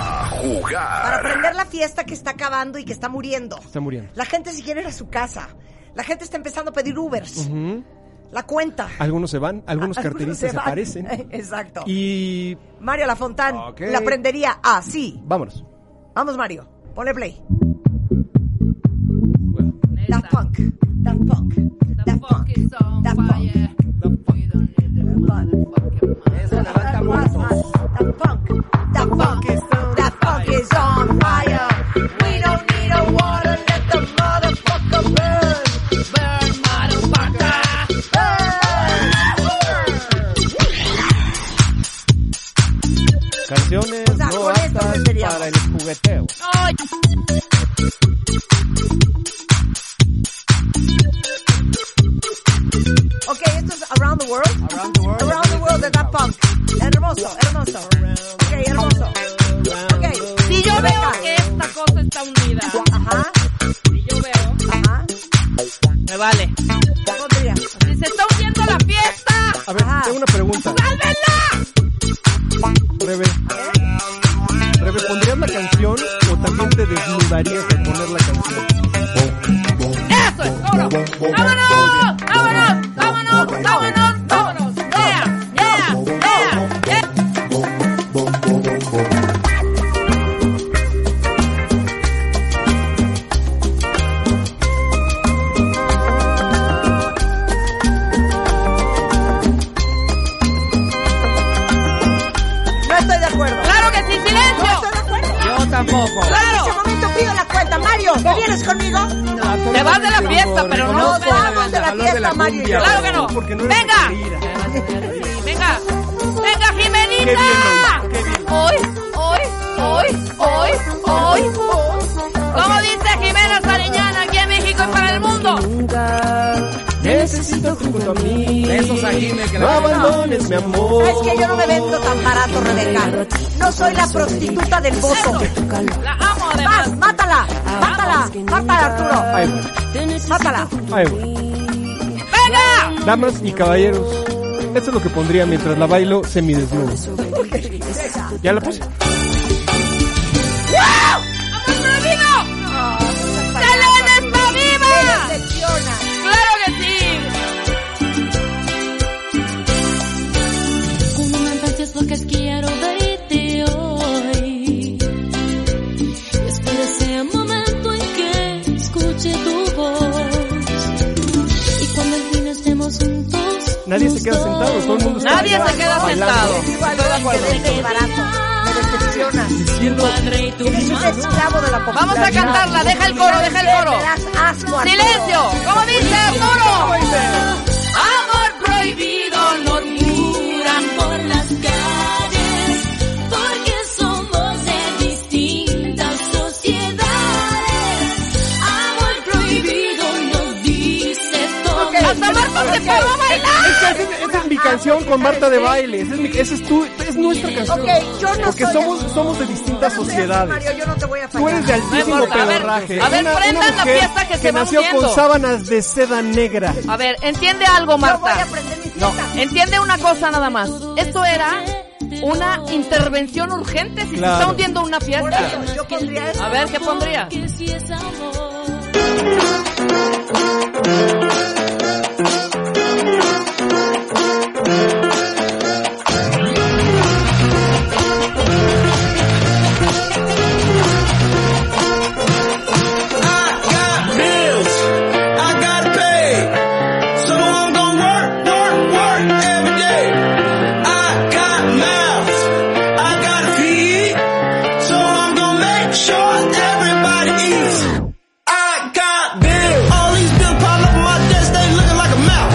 S3: Ah.
S6: cosa.
S3: Para prender la fiesta que está acabando y que está muriendo.
S6: Está muriendo.
S3: La gente se quiere ir a su casa. La gente está empezando a pedir Ubers.
S6: Ujú.
S3: La cuenta.
S6: Algunos se van, algunos carteristas
S3: se van.
S6: aparecen.
S3: (laughs) Exacto.
S6: Y
S3: Mario Lafontán
S6: Ok.
S3: la prendería así.
S6: vámonos.
S3: Vamos, Mario. Ponle play. Daft Punk. Daft Punk. Daft Punk. Daft Punk. Eso levanta más, más. Daft Punk. Daft Punk. Daft Punk is on fire. We don't need a water. Let the motherfucker burn. Burn, motherfucker. Burn.
S6: Canciones
S3: O sea,
S6: no
S3: con esto
S6: aptas
S3: tendríamos.
S6: para el jugueteo.
S3: Ok,
S5: está unida
S3: Ajá,
S5: y yo veo,
S3: ajá.
S5: me vale.
S3: ¿Cómo te diría?
S5: Si se está hundiendo la fiesta,
S6: A ver,
S3: Ajá.
S6: tengo una pregunta.
S5: ¡sálvenla!
S6: Rebe. Rebe, ¿pondrías la canción o también te desnudarías al poner la canción?
S5: ¡Eso es! ¡Vámonos! ¡Vámonos! ¡Vámonos! ¡Vámonos! ¡Vámonos! ¡Vámonos! ¡Yeah! ¡Yeah! ¡Yeah! ¡Yeah!
S3: No estoy de acuerdo.
S5: ¡Claro que sí!
S3: No estoy
S5: ¡Silencio!
S3: de acuerdo.
S5: Yo tampoco.
S3: En ese
S5: ¡Claro!
S3: momento pido la cuenta. Mario, ¿te vienes conmigo?
S5: Te vas de la fiesta, pero no
S3: Nos
S5: te la
S3: vamos de
S5: banda.
S3: la fiesta, Mario. y yo.
S5: ¡Claro que no! ¡Venga! ¡Venga! ¡Venga, Jimenita! Hoy, hoy, hoy, hoy, hoy. Como dice Jimena Sariñana aquí en México y para el mundo.
S6: Necesito junto a mí.
S4: Besos a Jimé, que
S6: No
S4: la-
S6: abandones, mi amor.
S3: Es que yo no me vendo tan barato, Rebeca. No soy la prostituta del bozo.
S5: La amo
S3: ¡Más!
S5: además.
S3: ¡Mátala! ¡Mátala! ¡Mátala, Arturo!
S6: Ahí voy,
S3: ¡Mátala!
S6: ahí voy.
S5: ¡Venga!
S6: Damas y caballeros, esto es lo que pondría mientras la bailo semidesnudo. ¿Ya la puse?
S5: ¡Wow! ¡Amor prohibido! ¡Selena está viva! ¡Claro que sí!
S10: Fundamentalmente es lo que quiero de ti hoy. Y espero ese momento en que escuche tu voz. Y cuando al fin estemos juntos.
S6: Nadie se queda sentado, todo el mundo está
S5: Nadie se queda sentado.
S3: ¡Qué barato! Me decepciona.
S6: diciendo
S3: Eres un esclavo de la popularidad.
S5: Vamos a cantarla, deja el coro, deja el coro.
S3: Me das asco, Arturo.
S5: ¡Silencio! ¿Cómo dice Arturo? Amor prohibido no
S10: Murmuran por las calles, porque somos de distintas sociedades. Amor prohibido nos dice todo.
S5: Hasta Marcos se paró a bailar.
S6: Esa es, esa es mi canción con Marta de baile. Esa es, mi- esa es tu, es nuestra canción.
S3: Ok, yo no
S6: Porque
S3: soy-
S6: somos, somos de distintas
S3: Pero, Sergio,
S6: sociedades.
S3: Mario, yo no te voy a fallar.
S6: Tú eres de altísimo
S5: importa, a ver,
S6: pedorraje.
S5: a ver,
S6: Una- una
S5: prendan la
S6: mujer
S5: fiesta que se va
S6: nació
S5: hundiendo.
S6: con sábanas de seda negra.
S5: A ver, entiende algo,
S3: Yo voy a
S5: Marta.
S3: aprender mis
S5: No,
S3: cosas.
S5: entiende una cosa nada más. Esto era una intervención urgente si
S6: Claro.
S5: se está hundiendo una
S3: Por
S5: fiesta.
S3: eso, yo pondría eso.
S5: A ver, ¿qué pondría?
S10: Que si es amor.
S11: bills I gotta pay. So I'm gonna work, work, work every day. I got mouths, I gotta feed. So I'm gonna make sure everybody eats. I got bills. All these bills pile up on my desk, they looking like a mouth.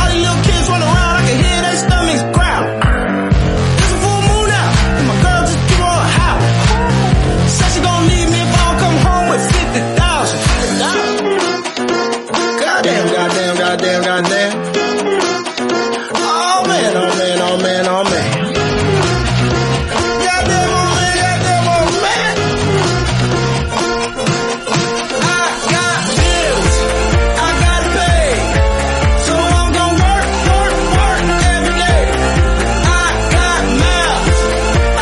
S11: All these little kids run around, I can hear their stomachs growl. It's a full moon out, and my girl just keep on howling. Said she gon' leave me if I don't come home with 50,000. Goddamn, goddamn, goddamn, goddamn. Oh man, oh man, oh man, oh man. Goddamn, oh man, goddamn, oh man. I got bills, I gotta pay. So I'm gonna work, work, work every day. I got mouths,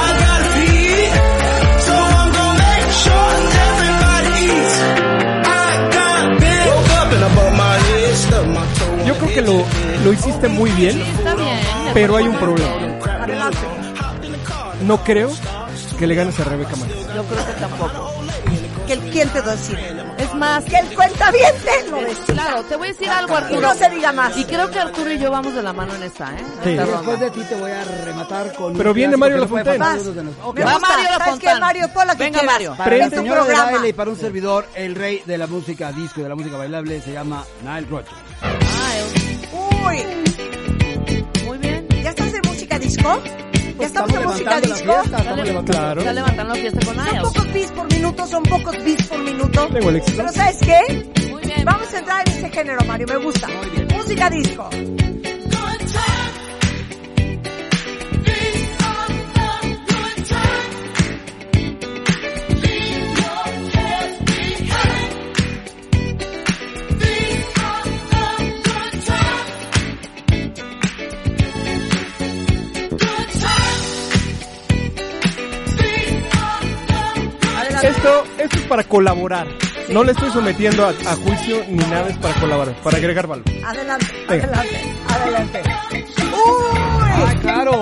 S11: I gotta feed. So I'm gonna make sure everybody eats. I got bills. Woke up and I bumped my head, stuck my toe on
S6: Yo creo que lo, lo hiciste muy bien,
S12: Está bien.
S6: pero hay un problema. No creo que le ganes a Rebeca Mangas.
S12: Yo creo que tampoco.
S3: Que el quién te decide.
S12: Es más,
S3: Que el cuenta bien te lo decide.
S12: claro, te voy a decir algo,
S3: Y
S12: Arturo.
S3: Ah, no se diga más.
S12: Y creo que Arturo y yo vamos de la mano en esta, ¿eh? En
S6: Sí.
S12: esta
S4: Después
S12: ronda.
S4: de ti te voy a rematar con.
S6: Pero viene Mario Lafontaine.
S4: Fontaine.
S3: Me
S5: Va
S3: gusta.
S5: Mario
S3: ¿Sabes
S5: Lafontán.
S3: qué, Mario? Pon la que
S5: Venga,
S3: quieras.
S5: Mario.
S4: Para la
S3: Es tu
S4: señora de
S3: programa.
S4: Este baile y para un servidor, el rey de la música disco y de la música bailable se llama Nile Rodgers.
S5: Ah, eh,
S3: Uy,
S12: Muy bien.
S3: ¿ya estás en música disco? ¿Ya estamos en música
S4: levantando la
S3: disco?
S4: fiesta,
S12: Está
S4: estamos
S12: levantando,
S6: Claro.
S12: está levantando la fiesta con
S3: Son
S12: Niles.
S3: pocos beats por minuto, son pocos beats por minuto.
S6: Tengo el éxito.
S3: Pero ¿sabes qué?
S12: Muy bien.
S3: Vamos a entrar en ese género, Mario, me gusta. Música disco.
S10: These are the good times. Leave your
S6: Esto, esto es para colaborar. No le estoy sometiendo a, a juicio ni nada, es para colaborar, para agregar valor.
S3: Adelante,
S6: Venga.
S3: adelante, adelante. ¡Uy!
S4: Ay, Ah, claro.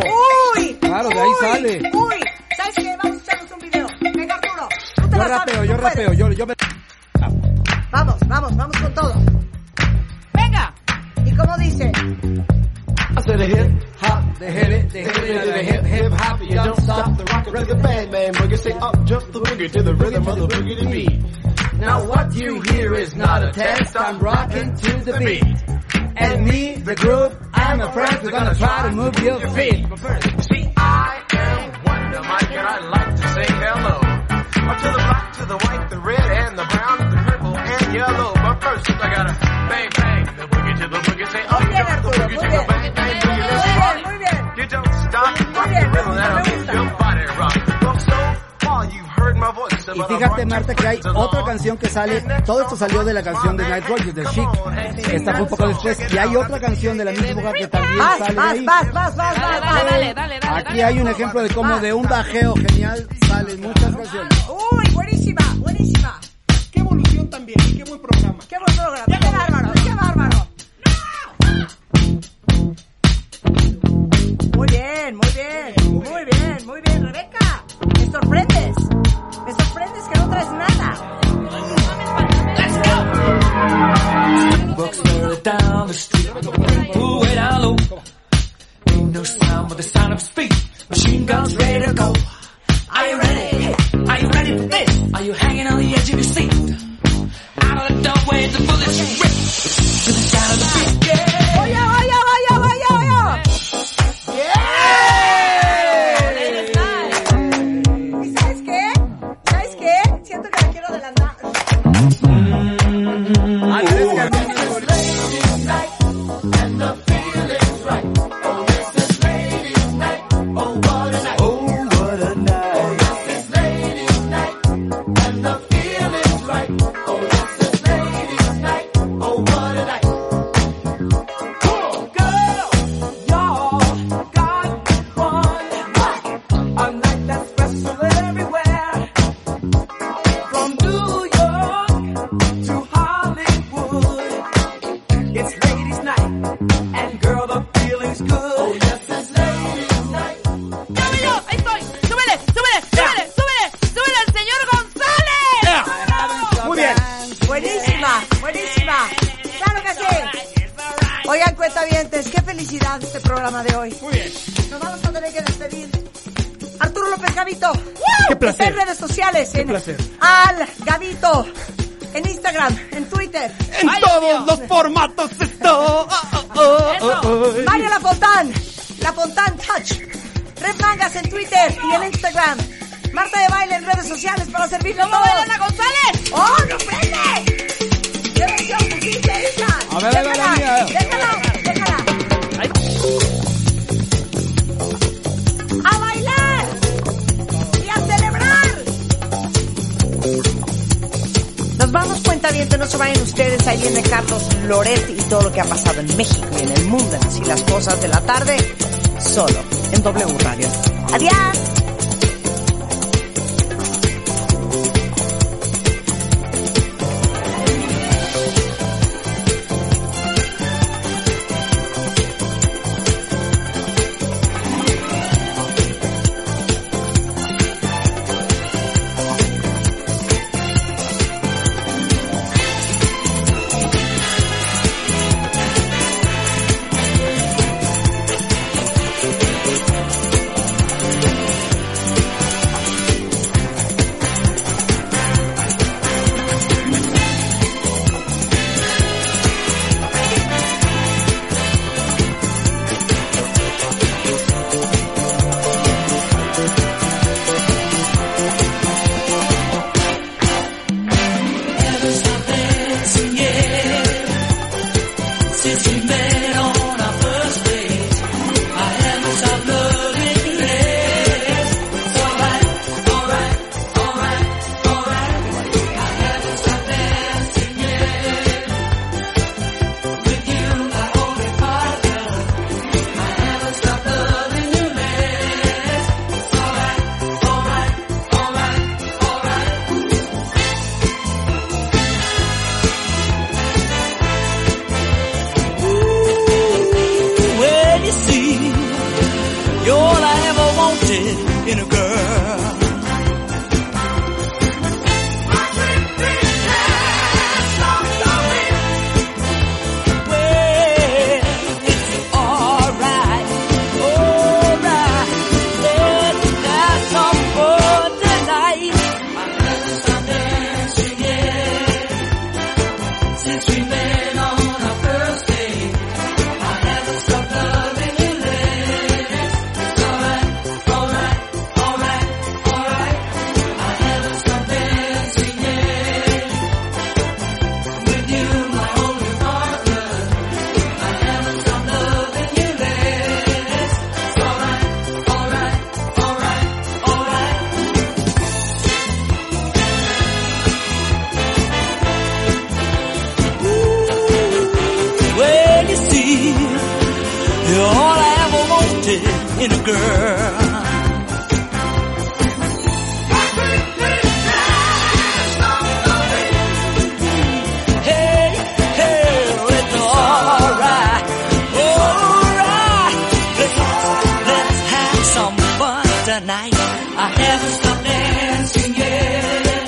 S3: ¡Uy!
S4: Claro, de ahí
S3: ¡Uy!
S4: sale.
S3: ¡Uy! ¿Sabes qué? Vamos a echarnos un video. Venga, Arturo. Tú te
S4: Yo
S3: la sabes,
S4: rapeo,
S3: tú
S4: yo
S3: puedes.
S4: rapeo, yo, yo me...
S3: Vamos, vamos, vamos con todo.
S11: Venga.
S3: ¿Y cómo dice?
S4: Now what you hear is not a test, I'm rocking to the beat. And me, the groove, I'm a friend, we're gonna try to move your feet.
S3: Muy bien, Arturo, muy bien. Muy bien, muy bien.
S7: You don't stop, rock the rhythm that'll make your body rock. Well, so far you've heard my voice.
S4: Y fíjate, Marta, que hay otra canción que sale. Todo esto salió de la canción de Night Rogers, de Chic. Esta fue un poco después. Y hay otra canción de la misma época que también
S3: Vas,
S4: sale de
S3: vas,
S4: ahí.
S3: vas, vas, vas,
S11: Dale,
S3: vas,
S11: dale,
S3: vas.
S11: dale, dale, dale.
S4: Aquí hay un ejemplo de cómo de un bajeo genial salen muchas canciones.
S3: Uy, buenísima, buenísima.
S6: Qué evolución también, qué buen programa.
S3: Qué buen programa, qué bárbaro, qué bárbaro. Muy bien, muy bien, muy bien, muy bien, Rebeca. Me sorprendes. Me sorprendes que no traes nada.
S13: Boxer down the street with a pull way down low. Ain't no sound but the sound of speed. Machine guns ready to go. Are you ready? Are you ready for this? Are you hanging on the edge of your seat? Out of the doorway, the bullets rip to the sound of the beat. Yeah.
S3: Oye, oye, oye, oye, oye. ¿Y sabes qué? ¿Sabes qué? Siento que la quiero adelantar.
S11: ¡Súbelo! ¡Ahí estoy! ¡Súbele! ¡Súbele! ¡Súbele! ¡Súbele! ¡Súbele al señor González!
S6: Muy bien.
S3: Buenísima, buenísima. Claro que sí. Oigan, cuentavientes, qué felicidad este programa de hoy.
S6: Muy bien.
S3: Nos vamos a tener que despedir. Arturo López Gavito.
S6: Qué placer.
S3: En redes sociales. en
S6: placer.
S3: Al Gavito. En Instagram, en Twitter.
S6: En todos los formatos esto.
S4: Oh,
S3: Mario La Fontán. La Fontán Touch. Red Mangas en Twitter y en Instagram. Marta de Baile en redes sociales para servirle a
S11: ¡Cómo
S3: todos.
S11: bailan a González!
S3: ¡Oh, no prende! ¡Qué versión pusiste, hija!
S4: A ver, a ver,
S3: déjala,
S4: la mía.
S3: déjala, déjala. ¡A bailar! ¡Y a celebrar! Nos vamos cuenta bien, no se vayan ustedes. Ahí viene Carlos Loret y todo lo que ha pasado en México y en el mundo. Así las cosas de la tarde, solo en W Radio. ¡Adiós! in a girl. Hey, hey, it's alright, alright. Let's, let's have some fun tonight. I haven't stopped dancing yet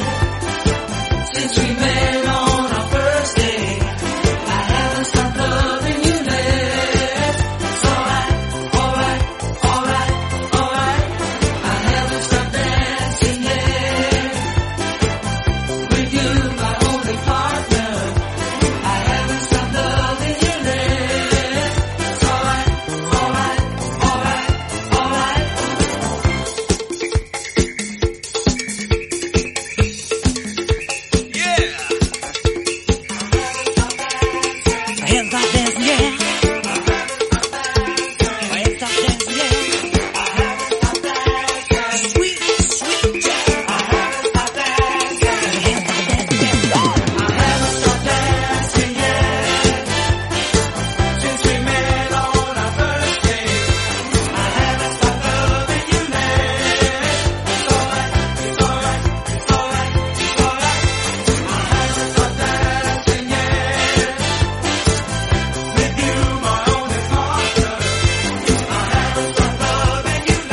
S3: since we met on our first date. I haven't stopped loving you yet. It's alright, alright, alright, alright. I haven't stopped dancing yet with you, my only partner. I haven't stopped loving you yet. It's alright, alright, alright, alright. I haven't stopped dancing yet. I haven't stopped dancing yet. Sweet, sweet jazz. I haven't stopped dancing yet. I haven't stopped dancing yet. Since we met on our first date, I haven't stopped loving you yet. It's alright, it's alright, it's alright, it's alright. I haven't stopped dancing yet. With you, my only partner. I haven't stopped loving you yet.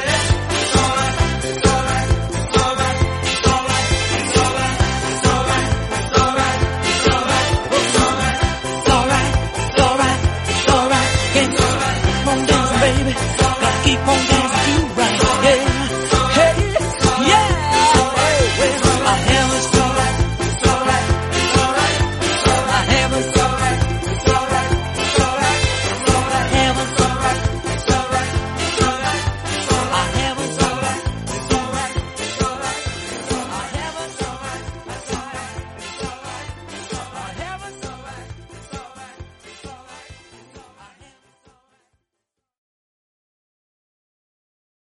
S3: It's alright, it's alright, it's alright, it's alright, it's alright, it's alright, it's alright, it's alright, it's alright, it's alright, it's alright, it's alright, it's alright. Keep on dancing, baby. Gotta keep on